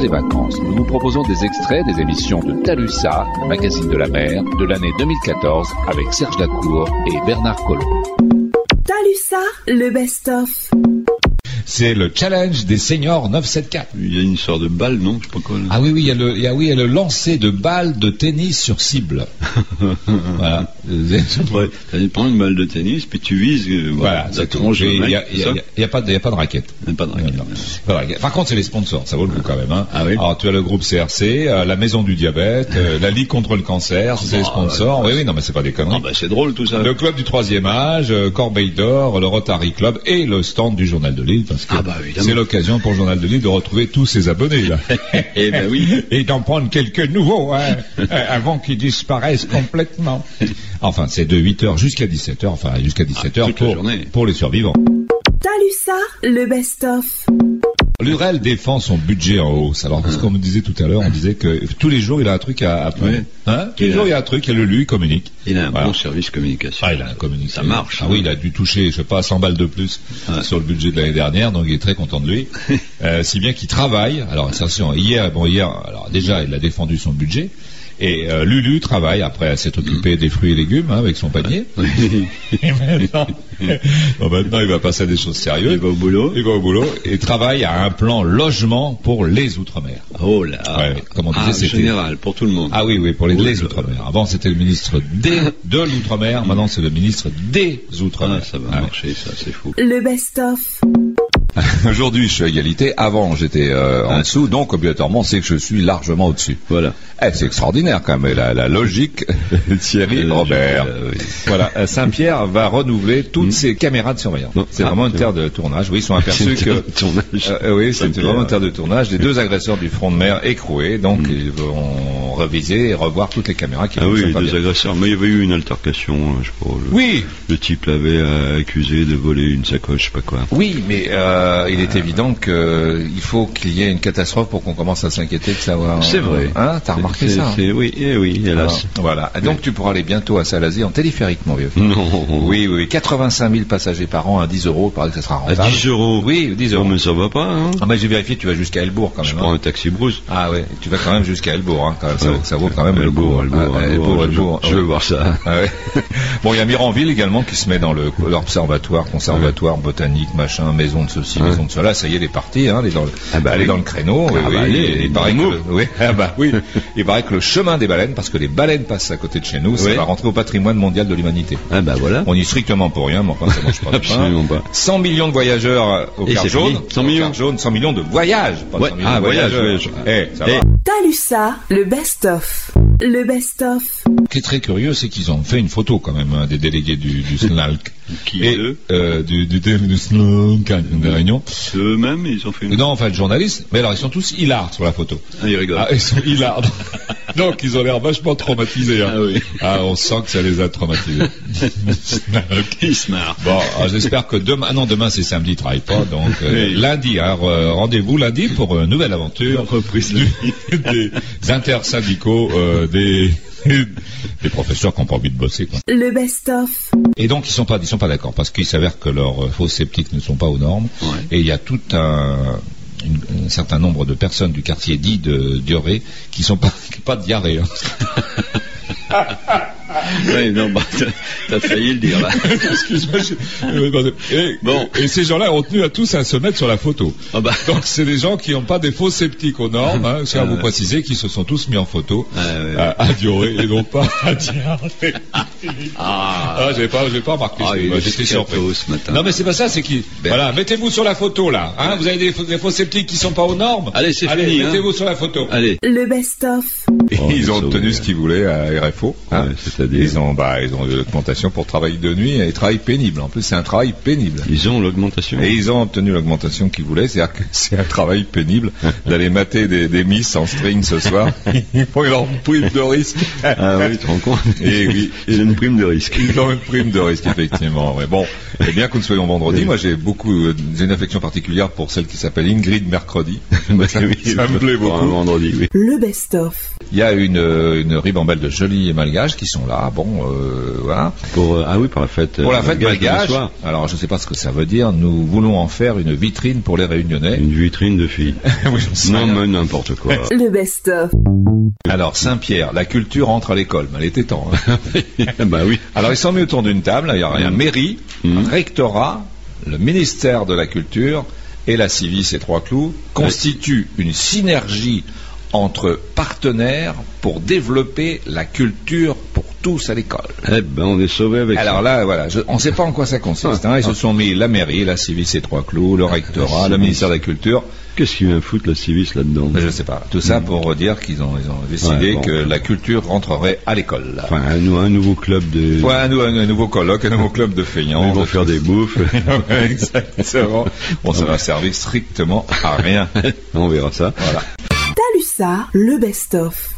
des vacances, nous vous proposons des extraits des émissions de Talusa, le magazine de la mer, de l'année 2014, avec Serge Lacour et Bernard Collot. Talusa, le best-of. C'est le challenge des seniors 974. Il y a une sorte de balle, non Je sais pas quoi. là. Ah oui, oui, il y a le, il y a, oui, il y a le lancer de balles de tennis sur cible. voilà. Ouais, ça dépend une balle de tennis, puis tu vises. euh, Ah. Voilà, ça c'est tout. tranche le Il n'y a, mec, il y a- ça il y a pas de il y a pas de raquette. Même pas de hein. raquette. Pas de raquette. Par contre, c'est les sponsors, ça vaut le coup quand même. hein. Ah oui. Alors, tu as le groupe CRC, euh, la Maison du Diabète, euh, la Ligue contre le Cancer, c'est les bah, sponsors. oui, oui, non, mais c'est pas des Ah conneries. bah c'est drôle tout ça. Le Club du Troisième Âge, euh, Corbeil d'Or, le Rotary Club et le stand du Journal de Lille, parce que Ah bah, évidemment. c'est l'occasion pour le Journal de Lille de retrouver tous ses abonnés, là. Eh ben oui. et d'en prendre quelques nouveaux hein, euh, avant qu'ils disparaissent complètement. Enfin, c'est de 8 heures jusqu'à 17 heures, enfin jusqu'à 17 heures Ah, toute la pour, journée. pour les survivants. Talusa, le best-of. L'URL défend son budget en hausse. Alors, parce qu'on me disait tout à l'heure, on disait que tous les jours, il a un truc à, à prendre. Oui. Hein tous les Il a- jours, il y a un truc, il le lui, il communique. Il a un Voilà. bon service communication. Ah, il a un communiqué. Ça marche. hein. Ah oui, il a dû toucher, je sais pas, 100 balles de plus Ouais. sur le budget de l'année dernière, donc il est très content de lui. Euh, si bien qu'il travaille. Alors, attention, hier, bon, hier, alors déjà, il a défendu son budget. Et euh, Lulu travaille après s'être Mm. occupé des fruits et légumes hein, avec son panier. Et maintenant, bon, maintenant, il va passer à des choses sérieuses. Il va au boulot. Il va au boulot et travaille à un plan logement pour les outre-mer. Oh là. Ouais, comme on disait, ah, c'était- général pour tout le monde. Ah oui, oui, pour les, Oui. les Outre-mer. Avant, c'était le ministre des, de l'Outre-mer. Maintenant, c'est le ministre des Outre-mer. Ah, ça va Ouais. marcher, ça c'est fou. Le best-of. Aujourd'hui, je suis à égalité. Avant, j'étais euh, en dessous. Donc, obligatoirement, c'est que je suis largement au-dessus. Voilà. Eh, c'est extraordinaire quand même, la, la logique Thierry La logique, Robert. euh, oui. Voilà, euh, Saint-Pierre va renouveler toutes ses caméras de surveillance. Non. C'est Ah, vraiment une c'est terre de tournage. Oui, ils sont aperçus C'est que... une terre de tournage. Euh, euh, oui, c'était Saint-Pierre. vraiment une terre de tournage. Mm. Les deux agresseurs du front de mer écroués, donc ils vont reviser et revoir toutes les caméras qui Ah ne oui, sont les pas deux bien. agresseurs. Mais il y avait eu une altercation, euh, je sais pas. Le, Oui, le type l'avait euh, accusé de voler une sacoche, je sais pas quoi. Oui, mais euh, il est évident que euh, il faut qu'il y ait une catastrophe pour qu'on commence à s'inquiéter de savoir. C'est vrai. Hein, t'as remarqué Ah, C'est- ça hein c'est- Oui, eh oui, Alors, hélas. Voilà. Et Donc tu pourras aller bientôt à Salazie en téléphérique, Mm. mon vieux. Non. Oui, oui, oui. 85 000 passagers par an à 10 euros, il paraît que ça sera À rentable. 10 euros. Oui, 10 euros. Non, mais ça va pas, hein. Ah ben j'ai vérifié, tu vas jusqu'à Elbourg quand Je même. prends hein. un taxi brousse. Ah ouais, tu vas quand même jusqu'à Elbourg, hein, quand même. Ça, Ouais. vaut- ça vaut quand même Elbourg, Elbourg, Ah, Elbourg, je- Elbourg. euh, je veux voir ça. Ah ouais. bon, il y a Miranville également qui se met dans le l'observatoire, conservatoire, botanique, machin, maison de ceci, Ouais. maison de cela. Ça y est, elle est partie, hein, elle est dans le, Ah bah elle est oui. dans le créneau. oui, Ah oui. bah allez, il, elle est paraît que dans le le, oui, ah bah oui. il paraît que le chemin des baleines, parce que les baleines passent à côté de chez nous, ça Oui. va rentrer au patrimoine mondial de l'humanité. Ah bah voilà. On y est strictement pour rien, mais enfin, ça marche pas. de pain. Absolument pas. 100 millions de voyageurs au Et quart c'est jaune. fini. 100 Au millions. quart jaune, 100 millions de voyages. pas Ouais. 100 millions Ah, de voyage, voyageurs. voyage. Eh, ça Eh. va. Talusa, le best-of. Le best-of. Ce qui est très curieux, c'est qu'ils ont fait une photo quand même hein, des délégués du, du SNALC. Qui Et, eux euh, Du, du, du, du SNALC, hein, de Réunion. Eux-mêmes, ils ont fait une. Non, enfin le journaliste. Mais alors, ils sont tous hilars sur la photo. Ah, ils rigolent. Ah, ils sont hilars. Donc, ils ont l'air vachement traumatisés. hein. Ah oui. Ah, on sent que ça les a traumatisés. SNALC. Ils se marrent. Bon, alors, j'espère que demain, ah non, demain c'est samedi, ils travaillent pas, donc euh, Oui. lundi, hein, re- rendez-vous lundi pour une nouvelle aventure Reprise du- des intersyndicaux euh, des, des professeurs qui n'ont pas envie de bosser. Quoi. Le best-of. Et donc ils sont pas, ils sont pas d'accord parce qu'il s'avère que leurs euh, faux sceptiques ne sont pas aux normes. Ouais. Et il y a tout un, une- un certain nombre de personnes du quartier dit de Dioré qui sont pas, pas de diarrhée. hein. Ouais, non, bah, t'as- t'as failli le dire, là. Excuse-moi. je- euh, pardon. Et, Bon. et ces gens-là ont tenu à tous à se mettre sur la photo. Ah bah. Donc c'est des gens qui n'ont pas des faux sceptiques aux normes. Hein, je tiens à vous préciser qu'ils se sont tous mis en photo Ah, Ouais, ouais. à, à Dioré et non pas à Diarré. Ah. Ah, j'ai pas, j'ai pas remarqué. Ah, il Moi, est J'étais scato surpris. ce matin. Non, mais c'est pas ça, c'est qui. Voilà, mettez-vous sur la photo là. Hein, vous avez des, faux- des faux sceptiques qui sont pas aux normes. Allez, c'est Allez, fini, hein. mettez-vous sur la photo. Allez. Le best-of. Et Oh, ils les ont sauvés. obtenu ce qu'ils voulaient à RFO. hein. Ouais, c'est-à-dire ils ont, bah, ils ont eu l'augmentation pour travail de nuit et travail pénible. En plus, c'est un travail pénible. Ils ont l'augmentation. Et ils ont obtenu l'augmentation qu'ils voulaient, c'est-à-dire que c'est un travail pénible d'aller mater des, des miss en string ce soir. Ils font leur prime de risque. Ah oui, tu te rends compte Et oui. J'aime une prime de risque. Ils ont une prime de risque, effectivement. Ouais. Bon, et bien que nous soyons vendredi, moi j'ai beaucoup, euh, j'ai une affection particulière pour celle qui s'appelle Ingrid Mercredi. Bah, ça, oui, ça me plaît pour beaucoup. Un vendredi, oui. le best-of, Il y a une, euh, une ribambelle de jolis malgaches qui sont là. Bon, euh, voilà. Pour, euh, ah oui, pour la fête. Pour la euh, fête malgache, malgache, ce soir. alors je ne sais pas ce que ça veut dire, nous voulons en faire une vitrine pour les réunionnais. Une vitrine de filles. Oui, j'en sais non, rien. mais n'importe quoi. le best-of, Alors Saint-Pierre, la culture entre à l'école, mais elle était temps. hein. bah oui. Alors ils sont mis autour d'une table, il y aura un Mhm. mairie, un Mhm. rectorat, le ministère de la Culture et la Civis et Trois Clous constituent une synergie entre partenaires pour développer la culture pour tous à l'école. Eh ben, on est sauvés avec Alors là, voilà, je- on ne sait pas en quoi ça Ah, consiste. hein. Ils se sont mis la mairie, la Civis et Trois Clous, le rectorat, le ministère de la Culture. ça. Qu'est-ce qu'il vient foutre la civis là-dedans Mais Je ne sais pas. Tout ça pour dire qu'ils ont, ils ont décidé Mm. Ouais, bon. que la culture rentrerait à l'école. Enfin, un, nou- un nouveau club de. Ouais, un, nou- un nouveau colloque, un nouveau club de feignants. Ils vont de- faire des bouffes. Exactement. Bon, ça va servir strictement à rien. on verra ça. Voilà. t'as lu ça, le best-of,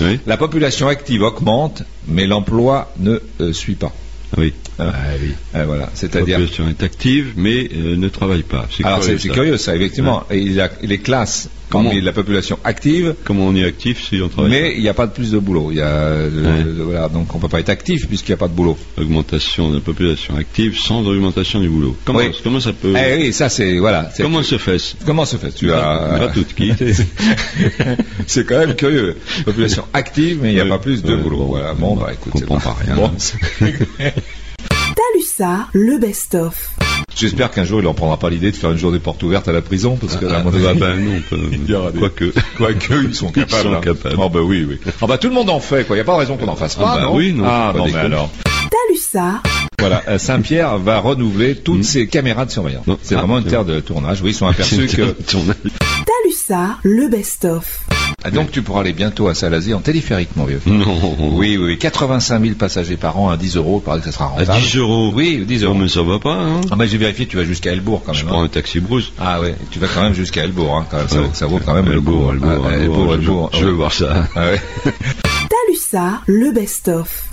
Oui. La population active augmente, mais l'emploi ne euh, suit pas. Ah Oui. Hein Ah oui. Euh, voilà. La C'est-à-dire. population est active, mais euh, ne travaille pas. C'est Alors curieux, c'est c'est ça. curieux ça, effectivement. Et il, a, il est classe Comment parmi la population active, Comment on est actif si on travaille mais il n'y a pas de plus de boulot. Il y a, euh, voilà, donc on peut pas être actif puisqu'il n'y a pas de boulot. pas Augmentation de la population active sans augmentation du boulot. Comment, Oui. comment ça peut. Eh oui, ça c'est voilà. c'est- comment se fait-ce Comment se Ah, fait Tu as Pas toute qui c'est- c'est quand même curieux. Population active, mais il n'y a Ouais. pas plus de Ouais, boulot. bon, voilà. Bon, bon, bah on écoute, comprend c'est pas rien. Bon, c'est- t'as lu ça, le best-of, J'espère qu'un jour il n'en prendra pas l'idée de faire une journée porte ouverte à la prison, parce que là, à Ah, mon avis, bah, bah, non, pas- il y aura des- Quoique. Quoique, ils sont capables. sont hein. capables. Ah bah oui, oui. Ah bah tout le monde en fait, quoi. Il n'y a pas de raison qu'on n'en fasse Ah pas. bah non oui, non, Ah faut pas non, mais déconner. alors. t'as lu ça, Voilà, euh, Saint-Pierre va renouveler toutes ses caméras de surveillance. Mm. Non, C'est ah, vraiment une c'est terre de tournage. Oui, ils sont aperçus que. Ton- t'as lu ça, le best-of, Ah, donc tu pourras aller bientôt à Salazie en téléphérique, mon vieux. Non. Oui, oui, oui. 85 000 passagers par an à 10 euros, il paraît que ça sera À rentable. 10 euros. Oui, 10 euros. Non, mais ça va pas, hein. Ah bah j'ai vérifié, tu vas jusqu'à Elbourg quand Je même. prends hein. un taxi brousse. Ah ouais, tu vas quand même jusqu'à Elbourg, hein, quand même. Ça, Ouais. vaut- ça vaut quand même le coup. Elbourg, Elbourg, Ah, Elbourg, Elbourg, je- Elbourg. je veux voir ça. Ah ouais. t'as lu ça, le best-of,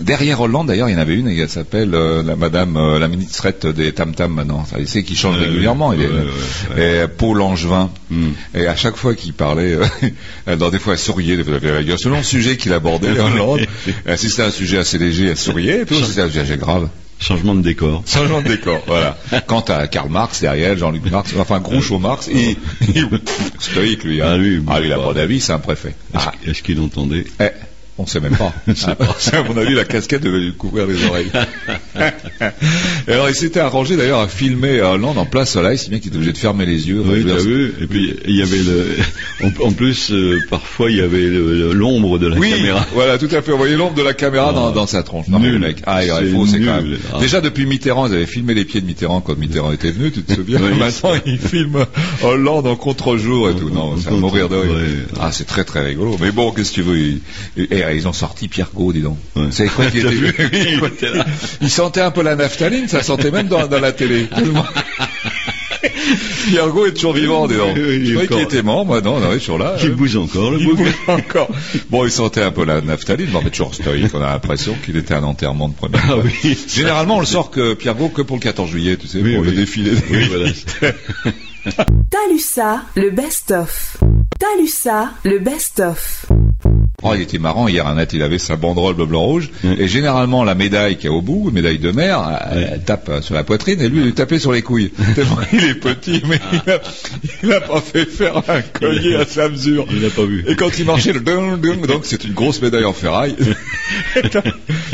Derrière Hollande, d'ailleurs, il y en avait une, elle s'appelle euh, la Madame, euh, la ministrette des Tam Tam maintenant. Ça, Il sait qu'il change Ouais, régulièrement. il est, euh, ouais, ouais, Et Paul Langevin. Hmm. Et à chaque fois qu'il parlait, euh, elle, dans des fois elle souriait, des fois, elle avait la gueule. selon le sujet qu'il abordait, Hollande, euh, si c'était un sujet assez léger, elle souriait, et puis si c'était un sujet grave. Changement de décor. Changement de décor, voilà. Quant à Karl Marx, derrière, Jean-Luc Marx, enfin Groucho Marx, il, il- stoïque lui. hein. Ah, lui, Ah, il a bah. pas d'avis, c'est un préfet. Est-ce Ah, est-ce qu'il entendait eh, on sait même pas. Ah, à mon avis, la casquette devait lui couvrir les oreilles. Et Alors, il s'était arrangé d'ailleurs à filmer à Hollande en plein soleil, si bien qu'il était obligé de fermer les yeux. Enfin, je Oui, veux t'as dire, vu Et puis, il y avait le... En, en plus, euh, parfois, il y avait le- le- l'ombre de la Oui, caméra. voilà, tout à fait. Vous voyez l'ombre de la caméra dans, Ah. dans sa tronche. Non, Nul. mais mec. Ah, il C'est faut, c'est quand nul. même. Ah. Déjà, depuis Mitterrand, ils avaient filmé les pieds de Mitterrand quand Mitterrand était venu, tu te souviens. Oui. Maintenant, ils filment Hollande en contre-jour et tout. Non, c'est à mourir de rire. Ouais. Ah, c'est très, très rigolo. Mais bon, qu'est-ce que tu veux? Ils, et- et ils ont sorti Pierre Gaud, dis donc. Ouais. C'est quoi qu'il T'as était vu Il, il sentait un peu la naphtaline, ça sentait même dans, dans la télé. Tellement- Pierre Gaud est toujours vivant, dis donc. Oui, oui, il est Je croyais qu'il encore- était mort, moi, non, non, il est toujours là. Il hein. bouge encore, le Il bouc. bouge encore. Bon, il sentait un peu la naphtaline, mais toujours stoïque. On a l'impression qu'il était à un enterrement de première. Ah classe. oui. Généralement, on le sort que Pierre Gault que pour le 14 juillet, tu sais, Oui, pour le oui. défilé. des- Oui, voilà. t'as lu ça, le best-of, t'as lu ça, le best-of, Oh, il était marrant hier, un net, il avait sa banderole bleu blanc rouge, Mm. et généralement la médaille qu'il y a au bout, médaille de mer, elle, elle tape euh, sur la poitrine, et lui il lui tapait sur les couilles. Tellement il est petit, mais il a, il a pas fait faire un collier à sa mesure. Il l'a pas vu. Et quand il marchait, le ding, ding, donc c'est une grosse médaille en ferraille.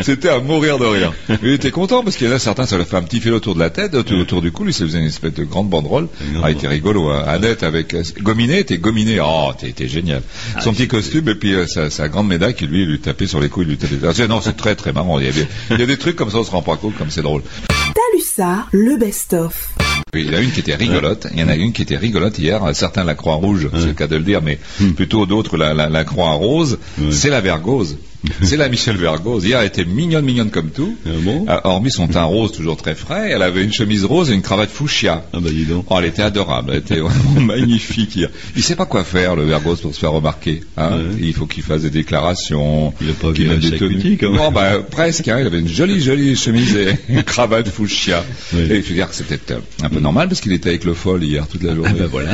C'était à mourir de rire. Il était content parce qu'il y en a certains, ça leur fait un petit fil autour de la tête, autour, autour du cou, lui ça faisait une espèce de grande banderole. Une grande Ah, il était rigolo, hein. Annette avec euh, Gominé, t'es Gominé, oh t'es t'es génial. Ah, Son petit costume et puis euh, sa, sa grande médaille qui lui lui tapait sur les couilles, lui tapait. Ah, c'est- non c'est très très marrant. Il y, a des, il y a des trucs comme ça, on se rend pas compte comme c'est drôle. t'as lu ça, le best-of, Oui, Il y en a une qui était rigolote. Il y en a une qui était rigolote hier. Certains la croix rouge, c'est le cas de le dire, mais plutôt d'autres la, la, la croix rose. Hmm. Ouais. C'est la vergose. C'est la Michel Vergos. Hier, elle était mignonne, mignonne comme tout. Ah bon Euh, Hormis son teint rose, toujours très frais, elle avait une chemise rose et une cravate fuchsia. Ah bah dis donc. Oh, elle était adorable, elle était vraiment magnifique hier. Il sait pas quoi faire, le Vergos, pour se faire remarquer. hein. Ouais. Il faut qu'il fasse des déclarations. Il a pas qu'il viré mette sa des tenues. cutie, quand même. Non, bah, presque, hein. il avait une jolie, jolie chemise et une cravate fuchsia. Oui. Et je veux dire que c'est peut-être euh, un peu normal, parce qu'il était avec le folle hier toute la journée. Ah bah voilà.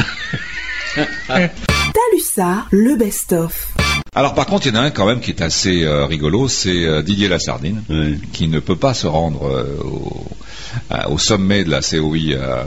Talusa, le best-of. Alors par contre, il y en a un quand même qui est assez euh, rigolo, c'est euh, Didier Lassardine, Ouais. qui ne peut pas se rendre euh, au, à- au sommet de la COI euh,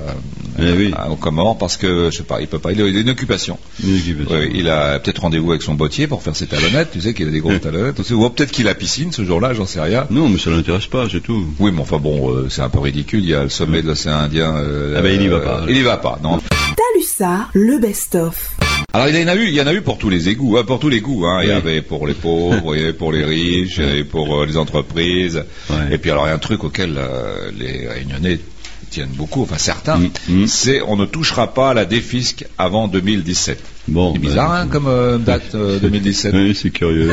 Eh oui. à- aux Comores parce que je sais pas, il peut pas, il a, il a une occupation. Une occupation. Oui, il a peut-être rendez-vous avec son bottier pour faire ses talonnettes, tu sais qu'il a des grosses talonnettes aussi, ou peut-être qu'il a piscine ce jour-là, j'en sais rien. Non, mais ça l'intéresse pas, c'est tout. Oui, mais enfin bon, euh, c'est un peu ridicule. Il y a le sommet de l'océan Indien. euh, Ah ben, il y va pas, alors. il y va pas, non. Talusa, le best-of. Alors il y en a eu, il y en a eu pour tous les égouts, hein, pour tous les goûts. Hein. Il y Oui. avait pour les pauvres, il y avait pour les riches, il y avait pour euh, les entreprises. Ouais. Et puis alors il y a un truc auquel euh, les Réunionnais tiennent beaucoup, enfin certains, Mm, mm. c'est on ne touchera pas à la défisque avant 2017. Bon. c'est bizarre bah, hein, comme euh, date euh, 2017. Oui, c'est curieux.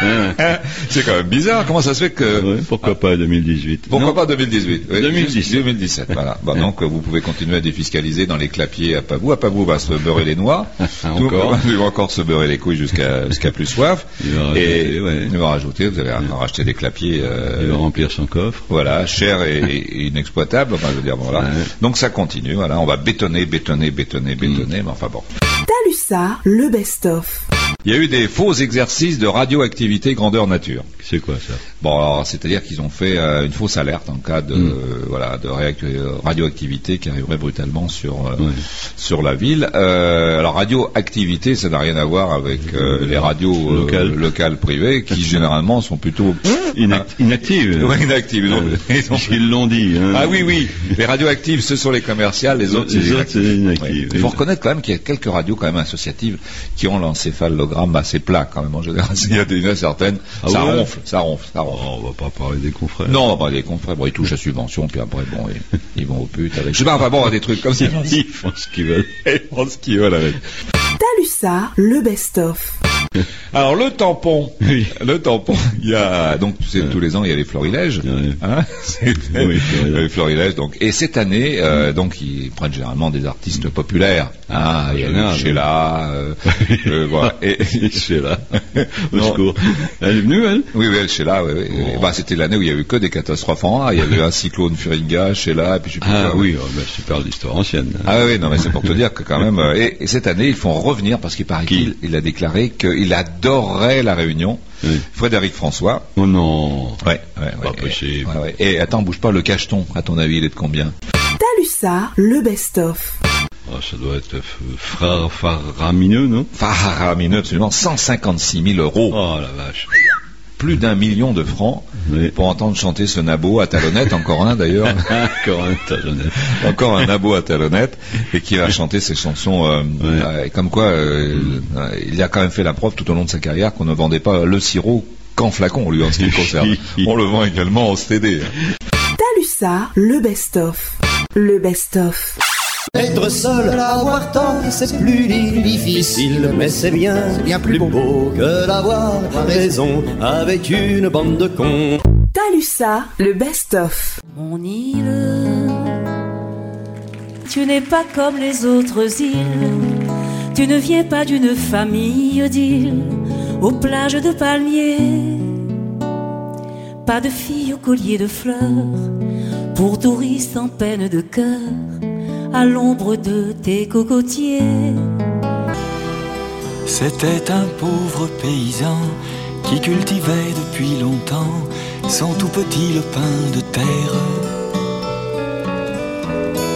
Hein, c'est quand même bizarre. Comment ça se fait que Ouais, pourquoi pas 2018 Pourquoi Non. pas 2018 Oui, 2017. 2017, voilà. Bah, donc, euh, vous pouvez continuer à défiscaliser dans les clapiers à Pavou. À Pavou, on va se beurrer les noix. Encore. Tout- on va encore se beurrer les couilles jusqu'à jusqu'à plus soif. Il va rajouter, et ouais. il va rajouter, vous allez encore acheter des clapiers... euh, Il va remplir son coffre. voilà, cher et, et inexploitable, enfin, je veux dire, voilà. Ouais. Mm. Donc ça continue, voilà, on va bétonner, bétonner, bétonner, bétonner, mais enfin bon. Talusa, le best-of. Il y a eu des faux exercices de radioactivité grandeur nature. C'est quoi ça Bon, alors, c'est-à-dire qu'ils ont fait euh, une fausse alerte en cas de Mm. euh, voilà de réac- euh, radioactivité qui arriverait brutalement sur euh, Ouais. sur la ville. Euh, alors radioactivité, ça n'a rien à voir avec euh, les radios euh, Locales. locales privées qui généralement sont plutôt Inac- Ah, Inactive. Ah ouais, inactives. Ils ont- ils ont- Ils l'ont dit. hein. Ah oui oui, les radioactives, ce sont les commerciales, les autres, Les autres, c'est inactive. Ouais. Il faut reconnaître quand même qu'il y a quelques radios quand même associatives qui ont l'encéphalogramme assez plat quand même en général. Il y a des il y en a certaines, Ah ça ouais ronfle, ça ronfle, ça ronfle. Oh, on va pas parler des confrères. Non, bah, les confrères, bon, ils touchent la subvention, puis après, bon, ils, ils vont au pute avec. Je sais pas, enfin bon, des trucs comme ça. Ils font ce qu'ils veulent. Ils font ce qu'ils veulent avec. Talusa, le best-of. Alors, le tampon. Oui. Le tampon. Il y a, donc, tu sais, tous les ans, il y a les florilèges. Ouais. Hein C'est- Oui, florilèges. les florilèges, donc. Et cette année, euh, donc, ils prennent généralement des Mm. artistes populaires. Ah, il y a Génial. eu Sheila, euh, euh, voilà. Et, Ah, C'est là. Au Non. secours. Elle est venue, elle Oui, oui, elle, Sheila, oui, oui. Bon. Bah, c'était l'année où il y a eu que des catastrophes en A. Il y avait un cyclone Furinga, Sheila, et puis je sais plus Ah quoi. oui, oh, bah, super l'histoire ancienne. hein. Ah oui, non, mais c'est pour te dire que quand même. euh, et, et cette année, ils font revenir parce qu'il paraît qu'il il a déclaré qu'il adorait la Réunion. Oui. Frédéric François. Oh non. Ouais, ouais, Pas ouais, possible. ouais, ouais. Et attends, bouge pas le cacheton. À ton avis, il est de combien Talusa, le best-of. Oh, ça doit être f- fra- faramineux, non Faramineux, absolument 156 000 euros, Oh la vache. plus d'un million de francs Oui. pour entendre chanter ce nabo à talonnette, encore un d'ailleurs, Ah, Corinne, ta jeunesse. encore un nabo à talonnette, et qui va chanter ses chansons. euh, euh, comme quoi, euh, euh, il a quand même fait la preuve tout au long de sa carrière qu'on ne vendait pas le sirop qu'en flacon, lui en ce qui le concerne. On le vend également en hein. CD. Talusa, le best-of. Le best-of. Être seul, avoir tant, c'est plus difficile, mais c'est bien, bien plus beau que d'avoir raison avec une bande de cons. Talusa, le best-of. Mon île, tu n'es pas comme les autres îles. Tu ne viens pas d'une famille d'îles aux plages de palmiers. Pas de filles au collier de fleurs pour touristes en peine de cœur à l'ombre de tes cocotiers. C'était un pauvre paysan qui cultivait depuis longtemps son tout petit lopin de terre.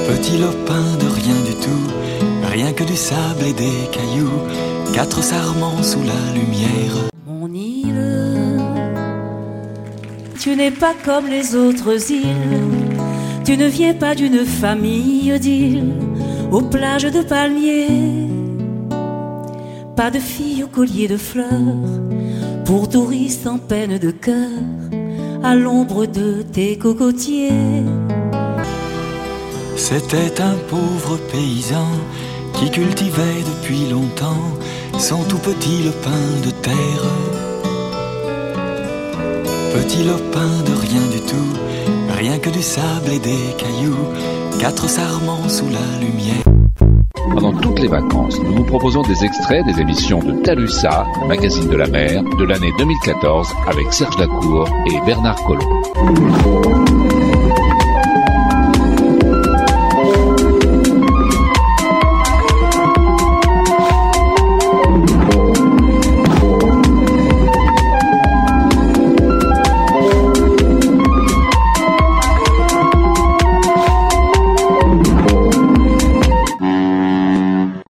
Petit lopin de rien du tout, rien que du sable et des cailloux, quatre sarments sous la lumière. Mon île, tu n'es pas comme les autres îles. Tu ne viens pas d'une famille d'îles aux plages de palmiers. Pas de filles au collier de fleurs pour touristes en peine de cœur à l'ombre de tes cocotiers. C'était un pauvre paysan qui cultivait depuis longtemps son tout petit lopin de terre. Petit lopin de rien du tout, rien que du sable et des cailloux, quatre sarments sous la lumière. Pendant toutes les vacances, nous vous proposons des extraits des émissions de Talusa, magazine de la mer, de l'année 2014, avec Serge Lacour et Bernard Collomb.